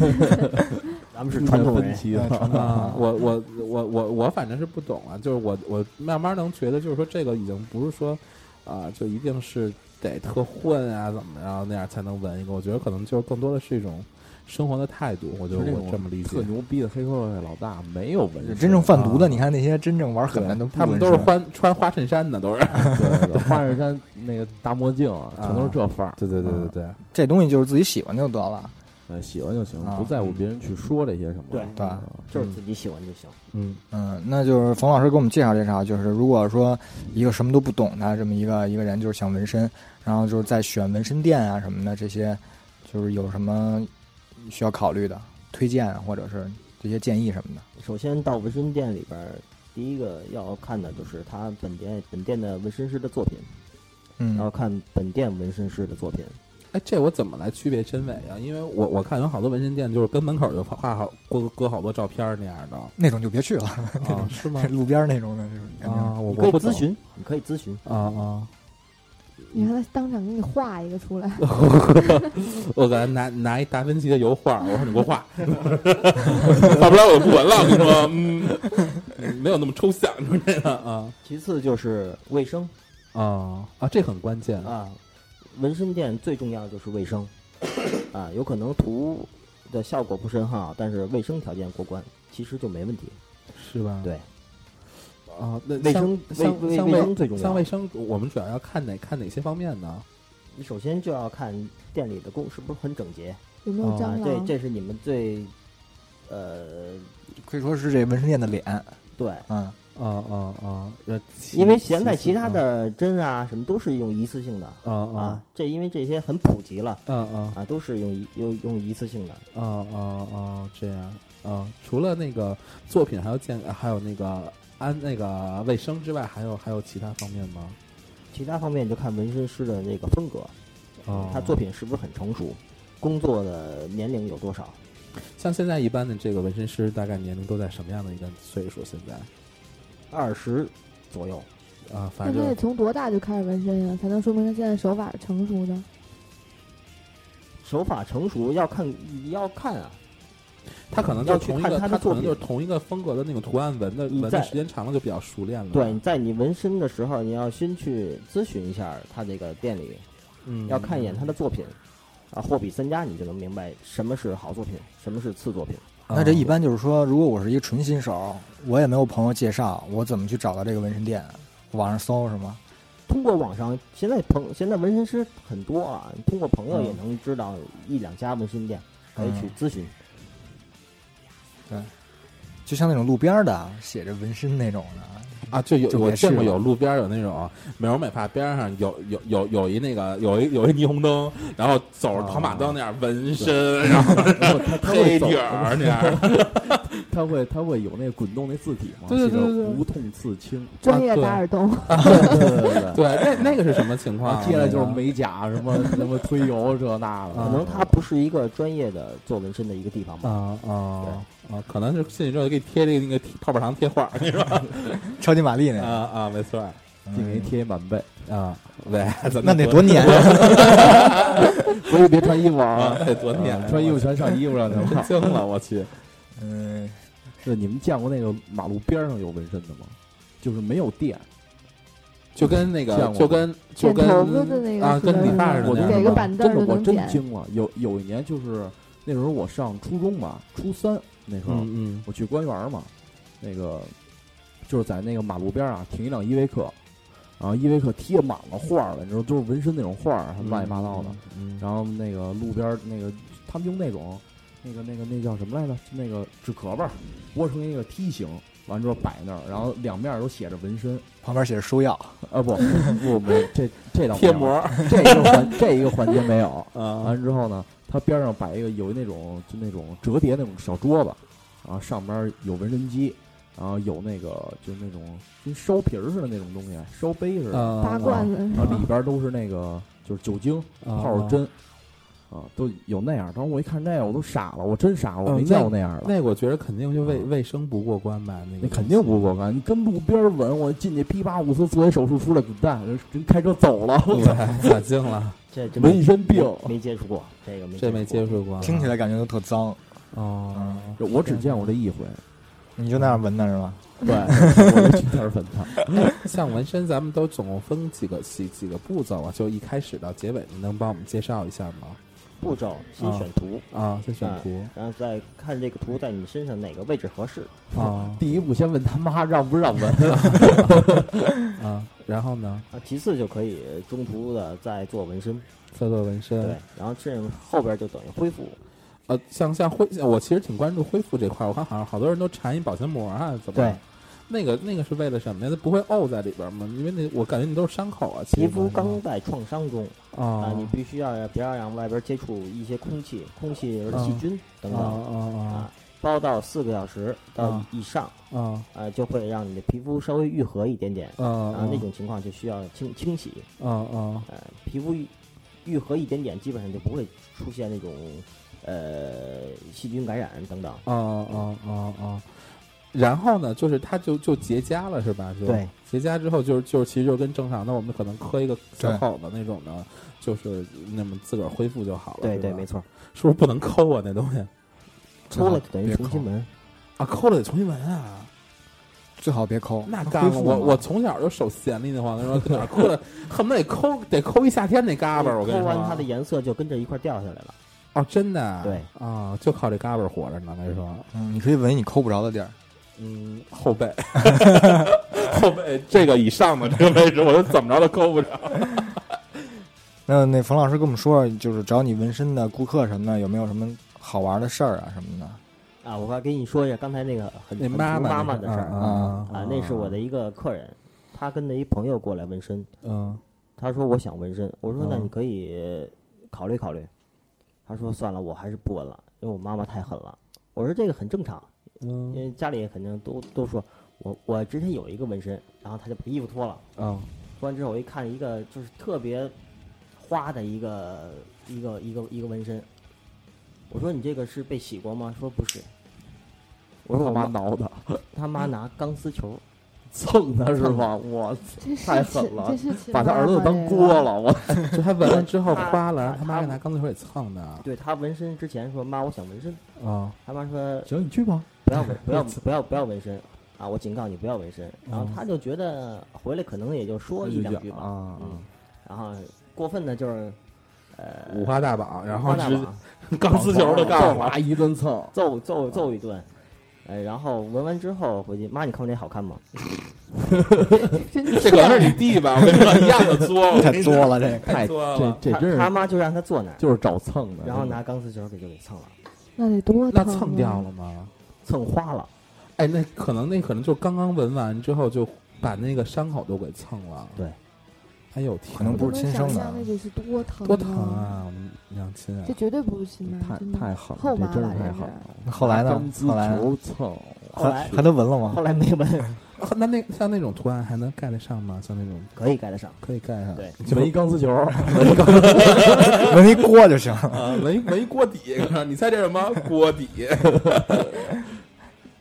咱们是传统
分
人，
歧
对传统
啊，我我我我我反正是不懂啊，就是我我慢慢能觉得，就是说这个已经不是说啊、就一定是得特混啊怎么着那样才能纹一个，我觉得可能就是更多的是一种生活的态度，我觉
就是
得
那
我
种
这么理解
特。牛逼的黑社会老大没有纹身，
真正贩毒的，
啊
你看那些真正玩狠的
对
都不
他们
纹
都是
身
穿穿花衬衫的，都是。
对对，花衬衫那个大墨镜啊，全都是这范儿。
对对对对对，
这东西就是自己喜欢就得了。
呃，喜欢就行
啊，
不在乎别人去说这些什么。
对
对
啊
就是自己喜欢就行。
嗯，
嗯，那就是冯老师给我们介绍介绍，就是如果说一个什么都不懂的这么一个一个人，就是想纹身，然后就是在选纹身店啊什么的这些，就是有什么需要考虑的推荐啊或者是这些建议什么的。
首先到纹身店里边儿，第一个要看的就是他本店本店的纹身师的作品，
嗯，
要看本店纹身师的作品。
哎，这我怎么来区别真伪啊？因为我我看有好多纹身店就是跟门口就画好搁搁好多照片儿那样的，
那种就别去了，
啊，是
嗯
吗？
路边儿那种的，就是感觉
啊，我
你可
我
以
不
咨
懂
询， 你可以咨询。
啊啊。
你让他当场给你画一个出来，
我给他拿拿一达芬奇的油画，我说你给我画， 画不来我就不纹了。我跟你说，嗯，没有那么抽象，你说这个啊
其次就是卫生
啊啊，这很关键
啊，纹身店最重要的就是卫 生啊，有可能图的效果不是很好，但是卫生条件过关，其实就没问题。
是吧？
对
啊，那
卫生
像
卫卫
像
卫
像
生最重要
像卫生，我们主要要看哪看哪些方面呢？
你首先就要看店里的工是不是很整洁
有没有
哦
蟑
啊，这
螂？
这是你们最呃
可以说是这纹身店的脸。
对。
嗯，
啊啊啊，呃其
因为现在其
次
他的针啊什么都是用一次性的
啊啊
啊，这因为这些很普及了
啊啊
啊，都是用一用用一次性的。
啊啊啊，这样啊，除了那个作品，还有健，还有那个安那个卫生之外，还有还有其他方面吗？
其他方面就看纹身师的那个风格，
哦
嗯他作品是不是很成熟，工作的年龄有多少？
像现在一般的这个纹身师，大概年龄都在什么样的一个岁数？现在
二十左右，
啊，
那
反
他
正
得
就
从多大就开始纹身呀，才能说明他现在手法是成熟的？
手法成熟要看要看啊，
他可能就是同一
要去
个，
看他的
可
作
能
品
就是同一个风格的那个图案纹的，
你
纹的
在
时间长了就比较熟练了。
对，在你纹身的时候，你要先去咨询一下他这个店里，
嗯，
要看一眼他的作品，啊，货比三家，你就能明白什么是好作品，什么是次作品。
啊。
那这一般就是说，如果我是一个纯新手，我也没有朋友介绍，我怎么去找到这个纹身店？网上搜是吗？
通过网上，现在朋现在纹身师很多啊，通过朋友
嗯
也能知道一两家纹身店，可以去
嗯
咨询。
就像那种路边儿的写着纹身那种的，
啊，就有
就别
我见过
试了
有路边儿有那种美容美发边儿上有有有有一那个有一有一霓虹灯，然后走着跑马灯那样纹身，然后
他他
黑
会走
底，儿那样，
他会他会有那个滚动那字体嘛，
对对
写着
对对对
无痛刺青，
专业
对
打耳洞，
对对对对。啊
对，那那个是什么情况？
接下来就是
那个
美甲什么什么推油这那的，
啊
可能它不是一个专业的做纹身的一个地方吧。
啊啊啊，可能是进去之后给你贴这个那个贴泡泡糖贴画，你说
超级玛丽那
啊
个，
啊，没错儿
就给你贴一满背，
啊，喂，咱们
那得多 粘啊！
所以别穿衣服嗯
啊，
啊，
得多年
啊穿衣服全上衣服上去
真
了。
惊了，我去，
嗯，
对，你们见过那个马路边上有纹身的吗？就是没有店，
就跟那
见
个
过吗
就跟就
剪
跟
头发的那个
啊，
是吧
跟理发似
是吧
的那
我真
样，
给
的
个板凳儿
真的
就
我
能
真
剪
惊了。有有一年就是那时候我上初中嘛，初三那时候、
嗯
我去官园嘛，那个就是在那个马路边儿啊停一辆依维柯，然后依维柯贴满了画儿了，你知道都是纹身那种画儿，啊
嗯，
乱七八糟的。
嗯，
然后那个路边儿那个他们用那种那个那个那叫什么来着？就那个纸壳吧，拨成一个梯形，完之后摆那儿，然后两面儿都写着纹身。
旁边写着收药，
啊不不没有这这倒没
贴
有
膜，儿，
这一个环这一个环节没有。
啊
完之后呢，它边上摆一个有那种就那种折叠那种小桌子，然后上边有纹身机，然后有那个就是那种跟烧瓶儿似的那种东西，烧杯似的，
啊
拔罐子，
然后里边都是那个就是酒精泡着，
啊
针。啊，都有那样。当时我一看那个，我都傻了，我真傻了，我
嗯
没
那
见过那样的。
那我觉得肯定就卫卫生不过关吧，那
那
个
肯定不过关，你跟路边儿纹，我进去噼啪五次做完手术出来，滚蛋，人开车走了，我操
对，咋惊了？
这真
纹
没
一身病。
没接触过，这个没
这没接
触
触过，
听起来感觉都特脏。啊嗯
哦，
我只见过这一回，
你就那样闻的是吗？
对， 我就去那儿纹它。
像纹身，咱们都总共分几个几几个步骤啊？就一开始到结尾，你能帮我们介绍一下吗？
过。步骤先选图，
啊，先选图
然后再看这个图在你身上哪个位置合适。
啊
第一步先问他妈让不让纹，
啊，然后呢，
啊，其次就可以中途的再做纹身，
再做纹身。
对，然后这后边就等于恢复。
呃，像像恢，我其实挺关注恢复这块儿。我看好像好多人都缠一保鲜膜啊，怎么？
对，
那个那个是为了什么呀？它不会沤在里边吗？因为那我感觉你都是伤口啊，
皮肤刚在创伤中啊
啊，，
你必须要不要让外边接触一些空气、空气
啊
细菌等
啊
等
啊
啊，包到四个小时到
啊
以上
啊啊
啊，就会让你的皮肤稍微愈合一点点
啊
啊
啊，
那种情况就需要清清洗，
啊啊
呃，皮肤愈愈合一点点，基本上就不会出现那种呃细菌感染等等。
啊啊啊啊！然后呢，就是它就就结痂了，是吧？就
对，
结痂之后就是就是其实就跟正常的我们可能磕一个小
对
口子那种的，就是那么自个儿恢复就好了。
对
是
对，
吧
没错，
是不是不能抠啊那东西
抠了就等于
别
重新
抠
纹。
啊？抠了得重新纹啊？
最好别抠，
那
它
嘎
恢
巴，
复
我
嘛
我从小就手闲的慌，那说哪儿抠了，恨不得得抠得抠一夏天那嘎巴儿。我跟你
抠
说，啊
完它的颜色就跟着一块儿掉下来了。
哦，真的啊
对
啊，就靠这嘎巴儿活着呢。跟你说，
嗯，你可以闻你抠不着的地儿。
嗯，后 背，后背这个以上的这个位置，我都怎么着都抠不 着。
那那冯老师跟我们说，就是找你纹身的顾客什么的，有没有什么好玩的事儿啊什么的？
啊，我刚跟你说一下刚才那个很
那
很
妈妈
妈
那
妈妈
是
的事儿
啊
啊
啊，那是我的一个客人，他跟着一朋友过来纹身，
嗯
他说我想纹身，我说那
嗯
你可以考虑考虑，他说算了，我还是不纹了，因为我妈妈太狠了。我说这个很正常，因
嗯
为家里肯定都都说我我之前有一个纹身，然后他就把衣服脱了，
啊
脱完之后我一看一个就是特别花的一个一个一个一个纹身，我说你这个是被洗过吗？说不是，
我说我妈挠的，
他
嗯
妈拿钢丝球，
蹭他是吧？我操
这是
太
秦
狠了
这是秦
把他
妈
儿子
妈
当
这
锅
个
了，我
就他纹完之后
他
花了，然后他妈
他
给拿钢丝球给蹭的
对他纹身之前说妈我想纹身，
啊
他妈说
行，你去吧。
不要纹不要不要不要纹身啊，我警告你不要纹身。然后他就觉得回来可能也就说一两句吧，
啊，
嗯，然后过分的就是呃
五花大绑，然后
花大
直
绑
钢丝球的干
揍
了。
他一顿蹭，
揍揍揍一顿。呃，然后纹完之后回去，妈，你看我这好看吗？
这可能是你弟吧？我跟你说，一样的作，我跟
太
你
作
说
了，这个
太
太
作
这
了。
这
他
真
他
是
妈嗯就让他坐那儿，
就是找蹭的。
然后拿钢丝球给就给蹭了，
那得多
那
疼
蹭
啊
掉了吗？
蹭花了。
哎，那可能那可能就刚刚纹完之后就把那个伤口都给蹭了。
对，
哎呦天，
可能不是亲生
能
的
想象那得是多疼，
多疼！啊！我们娘亲啊
这，绝对不是亲妈，
太
真的
太狠
后
了，
妈
这真
吧
是太
这
狠
是
了。
后来呢
钢？丝
后来呢
球蹭，
后
还
来
还能闻了吗？
后来没纹，
啊那那像那种图案还能盖得上吗？像那种
可以盖得上。
可以盖上，
对
纹一钢丝球，
闻一锅就行。
啊，围围锅底，你猜这什么锅底？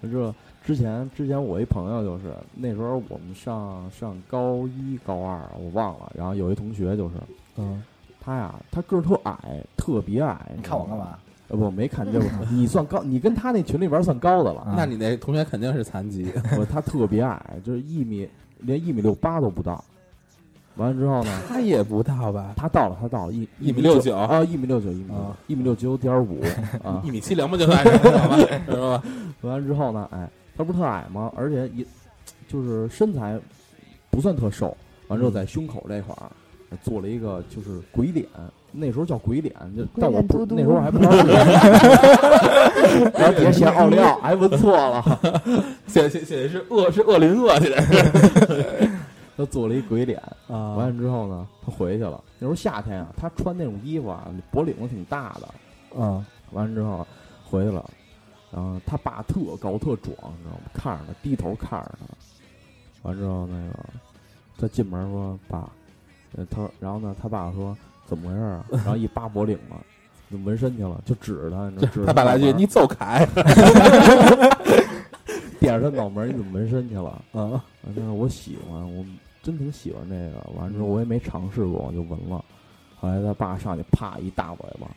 这之前之前我一朋友就是那时候我们上上高一高二我忘了，然后有一同学就是
嗯，
他呀，他个儿特矮，特别矮。
你看我干嘛？
呃？不，没看这个。你算高，你跟他那群里边算高的 了。
啊
那你那同学肯定是残疾，
我他特别矮，就是一米，连一米六八都不到。完了之后呢，
他也不到吧？
他到了，他到了一
一米
六
69
啊，一米六九，一米
啊
一米六九点五啊
一。米七零不就算是了吗？ 是
呃
吧？
完了之后呢，哎，他不是特矮吗？而且也就是身材不算特瘦，完了之后在胸口这块儿呃做了一个就是鬼脸，那时候叫鬼脸，就但我不
鬼脸嘟嘟
那时候还不知道 是，然后底下写奥利奥，哎，问错了，
写写写的是恶是恶邻恶，写的是
他做了一鬼脸。
啊
完了之后呢，他回去了。那时候夏天啊，他穿那种衣服啊，脖领子挺大的。
嗯，
完了之后回去了，然后他爸特高特壮，你知道吗？看着他，低头看着他。完了之后那个，他进门说：“爸，呃，他说，然后呢，他爸说怎么回事儿啊？然后一扒脖领子，就纹身去了，就指着他，你 知道，指着
他爸来句
脑门儿
你走开，
点着他脑门儿，你怎么纹身去了？
啊
嗯，
反正我喜欢，我真挺喜欢这个。完了之后我也没尝试过，我就闻了。后来他爸上去啪一大嘴巴，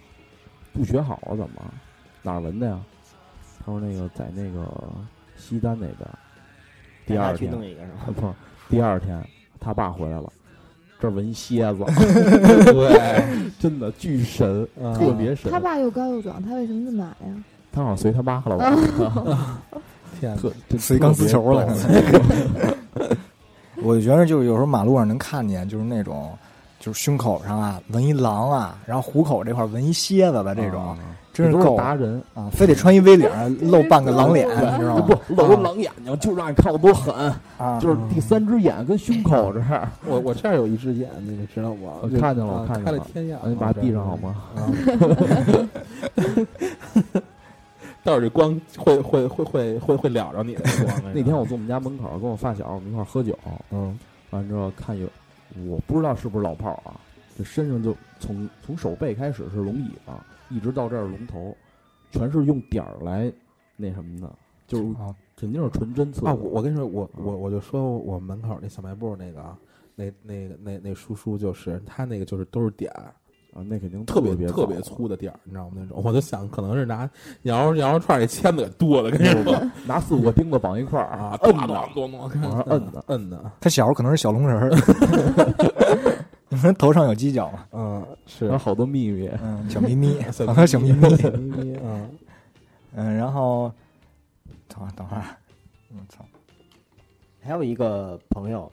不学好啊？怎么？哪儿闻的呀？他说那个在那个西单那边儿。第
大
二
家去
天，
弄一个是吧？
啊不是，第二天他爸回来了，这儿闻蝎 子，
对，
真的巨神，
啊
嗯
特别神。
他爸又高又壮，他为什么这么矮啊呀？
他好像随他妈了吧？
天 哪
特真
啊随
特
钢丝
别
球了
逗
可我就觉得就是有时候马路上能看见，就是那种就是胸口上啊纹一狼啊，然后虎口这块纹一蝎子的这种，
啊
真是
都
够
达人，
啊！非得穿一 V 领露半个狼脸，你知道吗？
不露
啊
出啊狼眼睛，就让你看我多狠。
啊，
就是第三只眼跟胸口这儿，
我我这儿有一只眼，你知道吗？
我看见了
啊
我看见
开了
了
天眼了，
你把它闭上好吗？
啊？到时候这光会会会会会会燎着 你的。
那天我坐我们家门口，跟我发小我们一块儿喝酒，
嗯
完之后看有，我不知道是不是老炮儿啊，这身上就从从手背开始是龙尾巴，一直到这儿龙头，全是用点儿来那什么的，就是
啊
肯定是纯真刺
啊，我我跟你说，我我我就说我门口那小卖部那个啊，那那个那那叔叔就是他那个就是都是点儿，
啊，那肯定
特别
别
特别粗的点儿，你知道吗？那种我就想可能是拿羊肉羊肉串儿给签子给剁了，跟 你说
早， 拿四五个钉子绑一块儿
啊，
摁
咚
的
咚咚咚，
往上摁的，
摁的，
他小时候可能是小龙人儿， 你们头上有犄角吗？
嗯是
然后。好多秘 密。
嗯，小咪咪，
小
好像小咪咪
咪，小咪咪，嗯，
嗯，然后等会儿等会儿啊，我操，
还有一个朋友，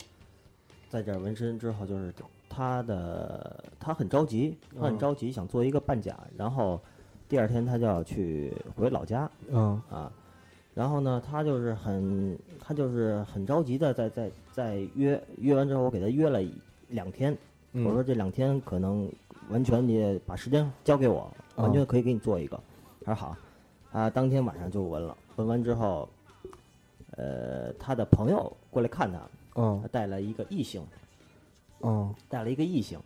在这儿纹身之后，就是他的他很着急，他很着急想做一个半甲，然后第二天他就要去回老家
嗯，
啊，然后呢，他就是很他就是很着急的在在在约约完之后，我给他约了一两天，
嗯
我说这两天可能完全你把时间交给我，
嗯
完全可以给你做一个。他说好，他当天晚上就纹了，纹完之后，呃，他的朋友过来看他，
嗯
他带了一个异性，
嗯
带了一个异性。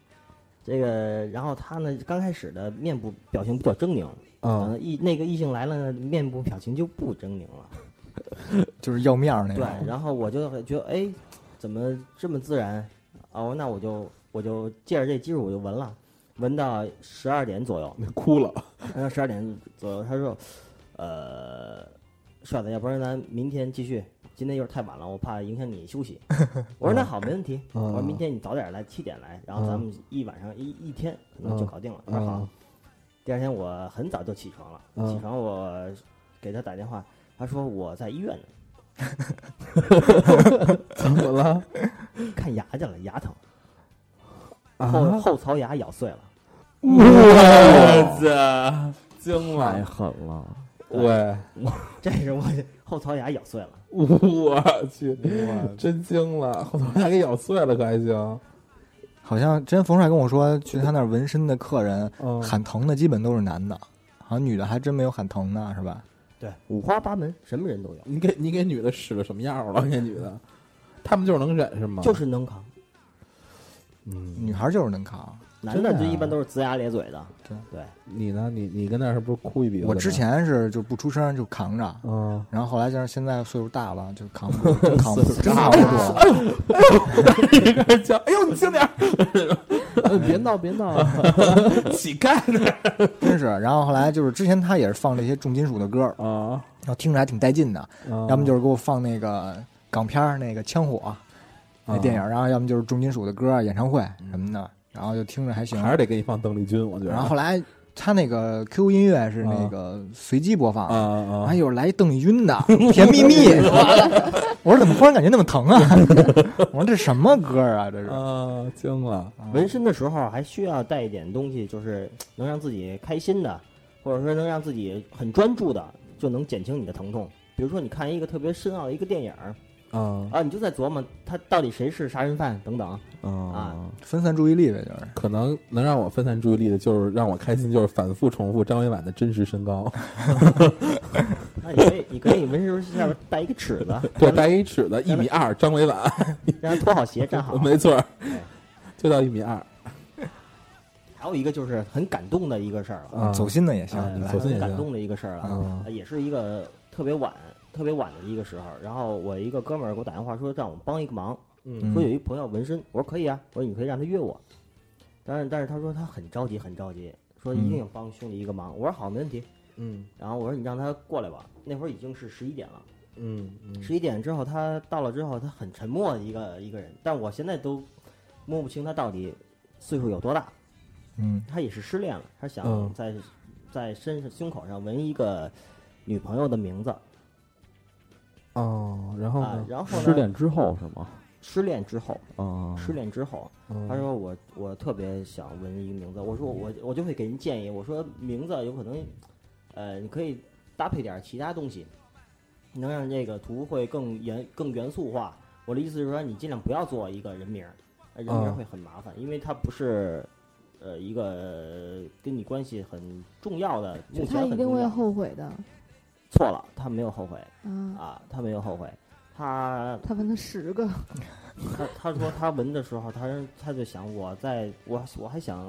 这个，然后他呢，刚开始的面部表情比较狰狞，
嗯
呃，异那个异性来了呢，面部表情就不狰狞了。
就是要面儿那
对，
种，
然后我就觉得，哎，怎么这么自然？哦，那我就我就借着这基础我就纹了，纹到十二点 左右，
嗯，哭了，
然后十二点左右，他说，呃，帅子，要不然咱明天继续，今天有点太晚了，我怕影响你 休息。我说那好，没问题。
嗯
我说明天你早点来，七点来，然后咱们一晚上一一天
嗯
可能就搞定了。他说好。第二天我很早就起床了，
嗯
起床我给他打电话，他说我在医院呢，
怎么 了？
看牙去了，牙疼，
啊
后后槽牙咬碎了。
我操，惊
太
了！
狠了！
喂，
这是我后槽牙咬碎了。
我去，
哇
真惊了，后头牙给咬碎了，可还行？
好像之前冯帅跟我说，去他那儿纹身的客人
嗯，
喊疼的基本都是男的，好像女的还真没有喊疼的，是吧？
对，五花八门，什么人都有，
你给你给女的使了什么药了？那女的，他们就是能忍是吗？
就是能扛。
嗯，
女孩就是能扛。
男的
真的
就
啊
一般都是龇牙咧嘴的。
对
对，
你呢？你你跟那儿是不是哭一鼻子呢？
我之前是就不出声就扛着，
啊，
然后后来加上现在岁数大了，就扛 不住，真扛不住，真
大
扛不
了
住。
一个人叫，哎呦，你轻点儿，
别闹别闹，
乞丐呢？
真是。然后后来就是之前他也是放这些重金属的歌，
啊，
然后听着还挺带劲的。
嗯
要么就是是给我放那个港片儿那个《枪火》那电影，，然后要么就是重金属的歌、演唱会什么的，然后就听着还行。
还是得给你放邓丽君，我觉得。
然后后来他那个 QQ 音乐是那个随机播放
啊
的。
啊
然后，一哎会儿来一邓丽 君的《甜蜜蜜》，我说怎么忽然感觉那么 疼啊？我说这什么歌啊？这是
啊，惊了！
纹身的时候还需要带一点东西，就是能让自己开心的，或者说能让自己很专注的，就能减轻你的疼痛。比如说，你看一个特别深奥的一个电影儿
啊
啊，你就在琢磨他到底谁是杀人犯等等。
啊！
分散注意力呗，就是
可能能让我分散注意力的，就是让我开心，就是反复重复张伟婉的真实身 高。
那你可以，你可以纹身下边带一个尺子，
对，白一尺的，一米二，张伟婉，
让他脱好鞋站好。
没错儿
对，
就到一米二。
还有一个就是很感动的一个事儿了，
啊
走心的也行。
哎
对吧
走心也
很感
行
动的一个事儿了，
啊
呃也是一个特别晚、特别晚的一个时候。然后我一个哥们儿给我打电话说让我帮一个忙，
嗯
说有一朋友纹身，我说可以啊，我说你可以让他约我，但是但是他说他很着急，很着急，说一定要帮兄弟一个忙。我说好，没问题。
嗯
然后我说你让他过来吧，那会儿已经是十一点了。
嗯嗯
十一点之后他到了之后，他很沉默的一个一个人，但我现在都摸不清他到底岁数有多大。
嗯，
他也是失恋了，他
嗯
想在、在身上胸口上纹一个女朋友的名字
哦，然后
啊
呢，？
然后呢
失恋之后是吗？
失恋之后，
啊，
失恋之后，他
嗯
说我我特别想纹一个名字，我说我我就会给人建议，我说名字有可能，呃，你可以搭配点其他东西，能让这个图会更严更元素化。我的意思是说，你尽量不要做一个人名儿，呃人名儿
嗯
会很麻烦，因为它不是。呃，一个呃跟你关系很重要的，目
就
前
他一
很
定
重
会
要。
后悔的
错了，他没有后悔
啊！
啊，他没有后悔。他
他纹了十个，
他他说他闻的时候，他说他就想我在我我还想，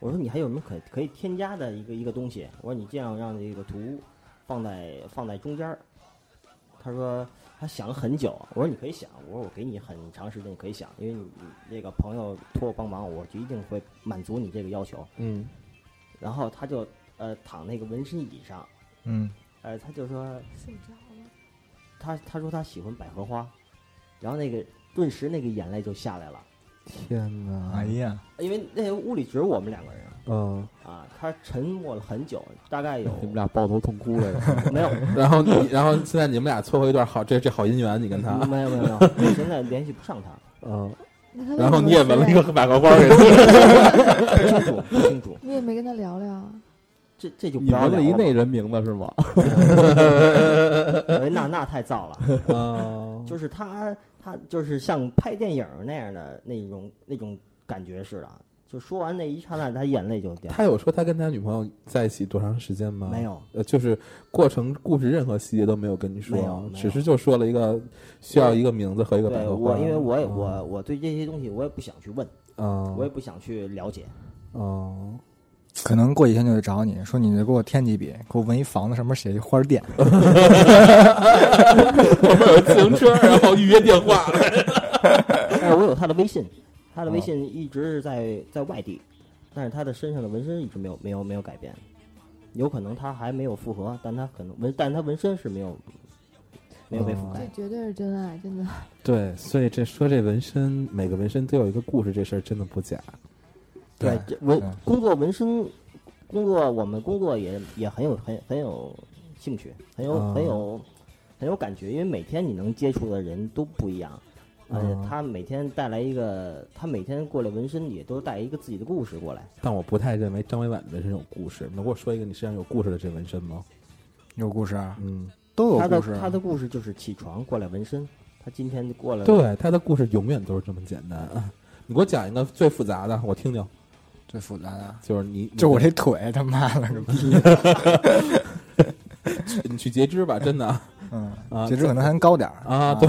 我说你还有什么可可以添加的一个一个东西？我说你这样让这个图放在放在中间儿。他说他想了很久，我说你可以想，我说我给你很长时间，你可以想，因为你你那个朋友托我帮忙，我就一定会满足你这个要求。
嗯
然后他就呃躺那个纹身椅上，
嗯，
呃他就说
睡着了。
他他说他喜欢百合花，然后那个顿时那个眼泪就下来了，
天哪
哎，呀，
因为那屋里只有我们两个人
嗯，
啊，他沉默了很久，大 概有
你们俩抱头痛哭了呀？
没有
然后你，然后现在你们俩撮合一段好，这这好姻缘，你跟他，
嗯没有没 有没有，我现在联系不上他，
嗯，
那他为
然后
什么
你也
失
纹了一
恋，
个百合花给他，
不清楚不清楚，
你也没跟他聊聊 啊。
这这就不
你
要
纹了
聊
一
吧
那人名字是吗？
哎那那太燥了，
嗯
就是他他就是像拍电影那样的那种那种感觉似的，就说完那一刹那，他眼泪就掉，
他有说他跟他女朋友在一起多长时间吗？
没，有
呃，就是过程故事任何细节都没有跟你
没有
说，
没有
只是就说了一个需要一个名字和一个百
对
合
我
花。
因为我也
嗯
我我对这些东西我也不想去问，
嗯，
我也不想去了解。
嗯，
可能过几天就得找你说，你就给我添几笔，给我纹一房子，上面写一花店。
我们有自行车，然后预约电 话。
但是我有他的微信，他的微信一直是在在外地，但是他的身上的纹身一直没有没有没有改变，有可能他还没有复合，但他可能纹，但他纹身是没有没有被覆盖
这。绝对是真爱，真的。
对，所以这说这纹身，每个纹身都有一个故事，这事儿真的不假。
对，这纹
嗯
工作纹身工作，我们工作也也很有很很有兴趣，很有、
啊
很有很有感觉，因为每天你能接触的人都不一样。而且
啊
他每天带来一个，他每天过来纹身也都带一个自己的故事过来。
但我不太认为张伟婉的纹身有故事。能给我说一个你身上有故事的这纹身吗？
有故事啊，
嗯，
都有
他的
故事啊。
他的故事就是起床过来纹身，他今天就过来了。
对，他的故事永远都是这么简单。啊你给我讲一个最复杂的，我听听。
最复杂的，
就是你，你
就我这腿，他妈 了个逼！
你去截肢吧，真 的啊
嗯，
啊
截肢可能还高点儿
啊，对，，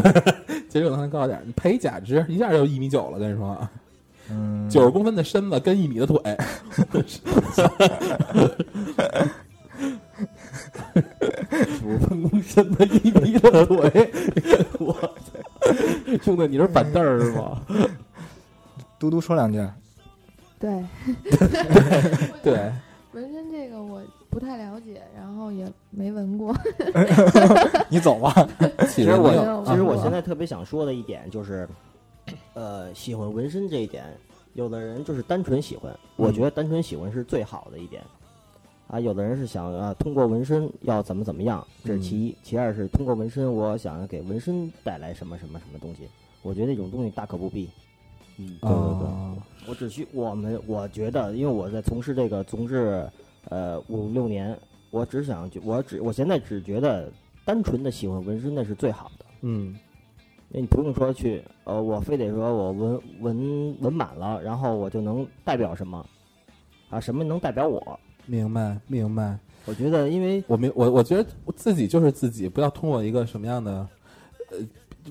截肢可能还高点儿。你配一假肢，一下就一米九了，跟你说，啊
嗯，
九十公分的身子跟一米的腿，
五分公身的一米的腿，我操！兄弟，你是板凳儿是吗？
嘟嘟说两句，
对，
对，
纹身这个我不太了解，然后也没纹过。
你走吧。
其
实我
没有
有
其实我
啊
现在特别想说的一点就是，呃，喜欢纹身这一点，有的人就是单纯喜欢，
嗯
我觉得单纯喜欢是最好的一点。啊，有的人是想啊，通过纹身要怎么怎么样，这是
嗯
其一；其二是通过纹身，我想给纹身带来什么什么什么东西。我觉得这种东西大可不必。
嗯，对对对，
啊，
我只需我们我觉得，因为我在从事这个从事呃五六年，我只想就我只我现在只觉得单纯的喜欢纹身那是最好的。
嗯
那你不用说去，呃，我非得说我纹纹纹满了，然后我就能代表什么，啊，什么能代表我？
明白明白。
我觉得，因为
我没我我觉得我自己就是自己，不要通过一个什么样的呃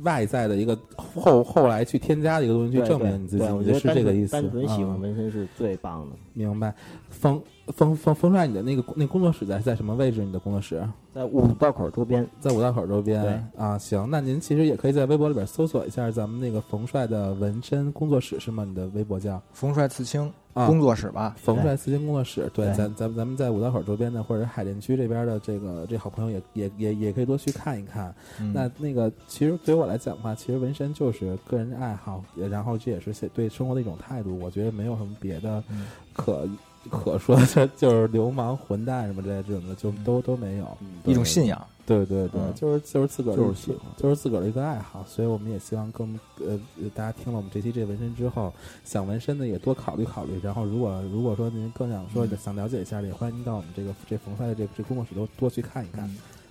外在的一个后后来去添加的一个东西去
对
证
对
明你自己，
对
我
我
觉得是
觉得单
这个
纯
意思。
单纯喜欢
嗯
纹身是最棒的，
明白。冯冯冯冯帅，你的那个那工作室在在什么位置？你的工作室
在五道口周边，
在五道口周边
对
啊。行，那您其实也可以在微博里边搜索一下咱们那个冯帅的纹身工作室是吗？你的微博叫
冯帅刺青
啊
工作室吧，
冯帅四星工作室，对，
对
咱咱咱们在五道口周边的，或者是海淀区这边的这个这好朋友也也也也可以多去看一看。
嗯
那那个，其实对于我来讲的话，其实纹身就是个人爱好，也然后这也是对生活的一种态度。我觉得没有什么别的
嗯
可、可说的， 就是流氓、混蛋什么之类这种的，就
嗯
都都没有。
一种信仰。
对对对，
嗯
就是就是自个儿的
就是喜欢
就是自个儿的一个爱好，所以我们也希望更呃呃大家听了我们这期这纹身之后，想纹身的也多考虑考虑。然后如果如果说您更想说、
嗯
想了解一下的，也欢迎到我们这个这冯帅的这个这工作室多多去看一看。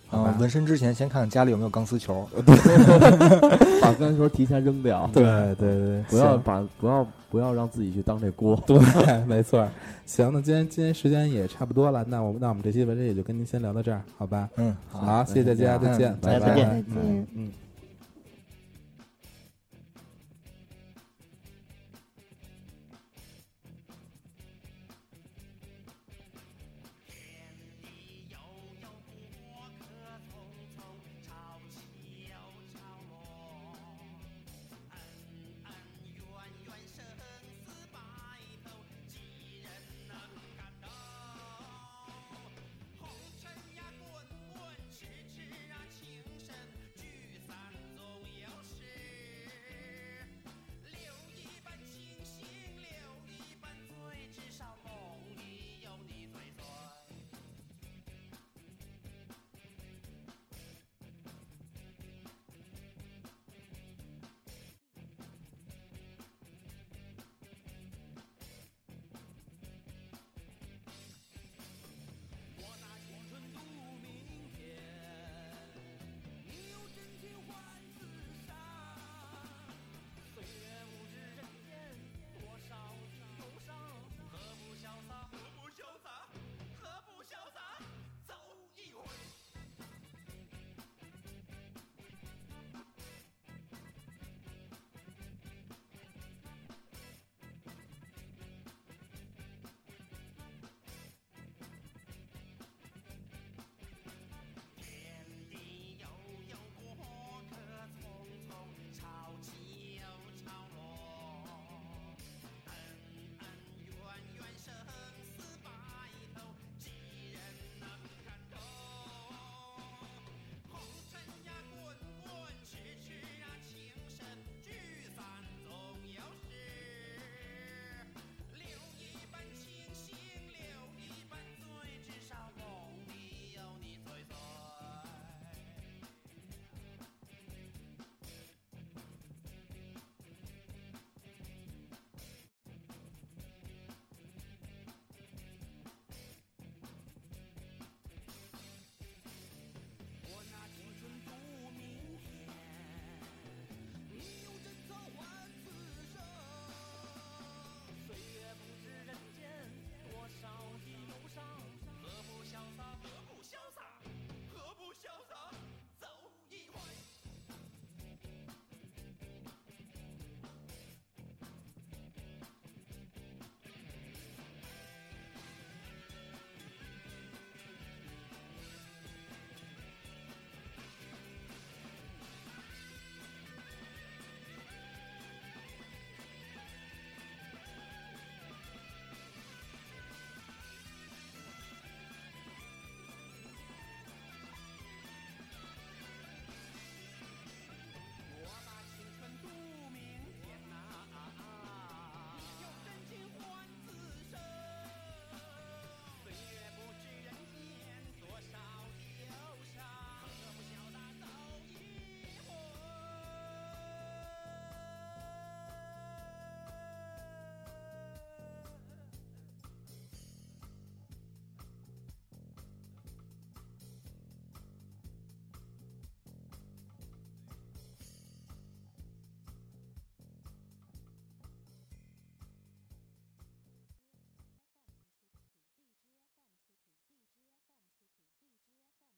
好
嗯
吧，
纹身之前先看家里有没有钢丝球。
把钢球提前扔掉，
对对对，
不要
行
把不要不要让自己去当这锅。
对， 没错儿。行，那今天今天时间也差不多了，那我们那我们这期文章也就跟您先聊到这儿，好吧？
嗯，好
好，谢谢大家，再见，拜
再
拜
见
再见
嗯嗯。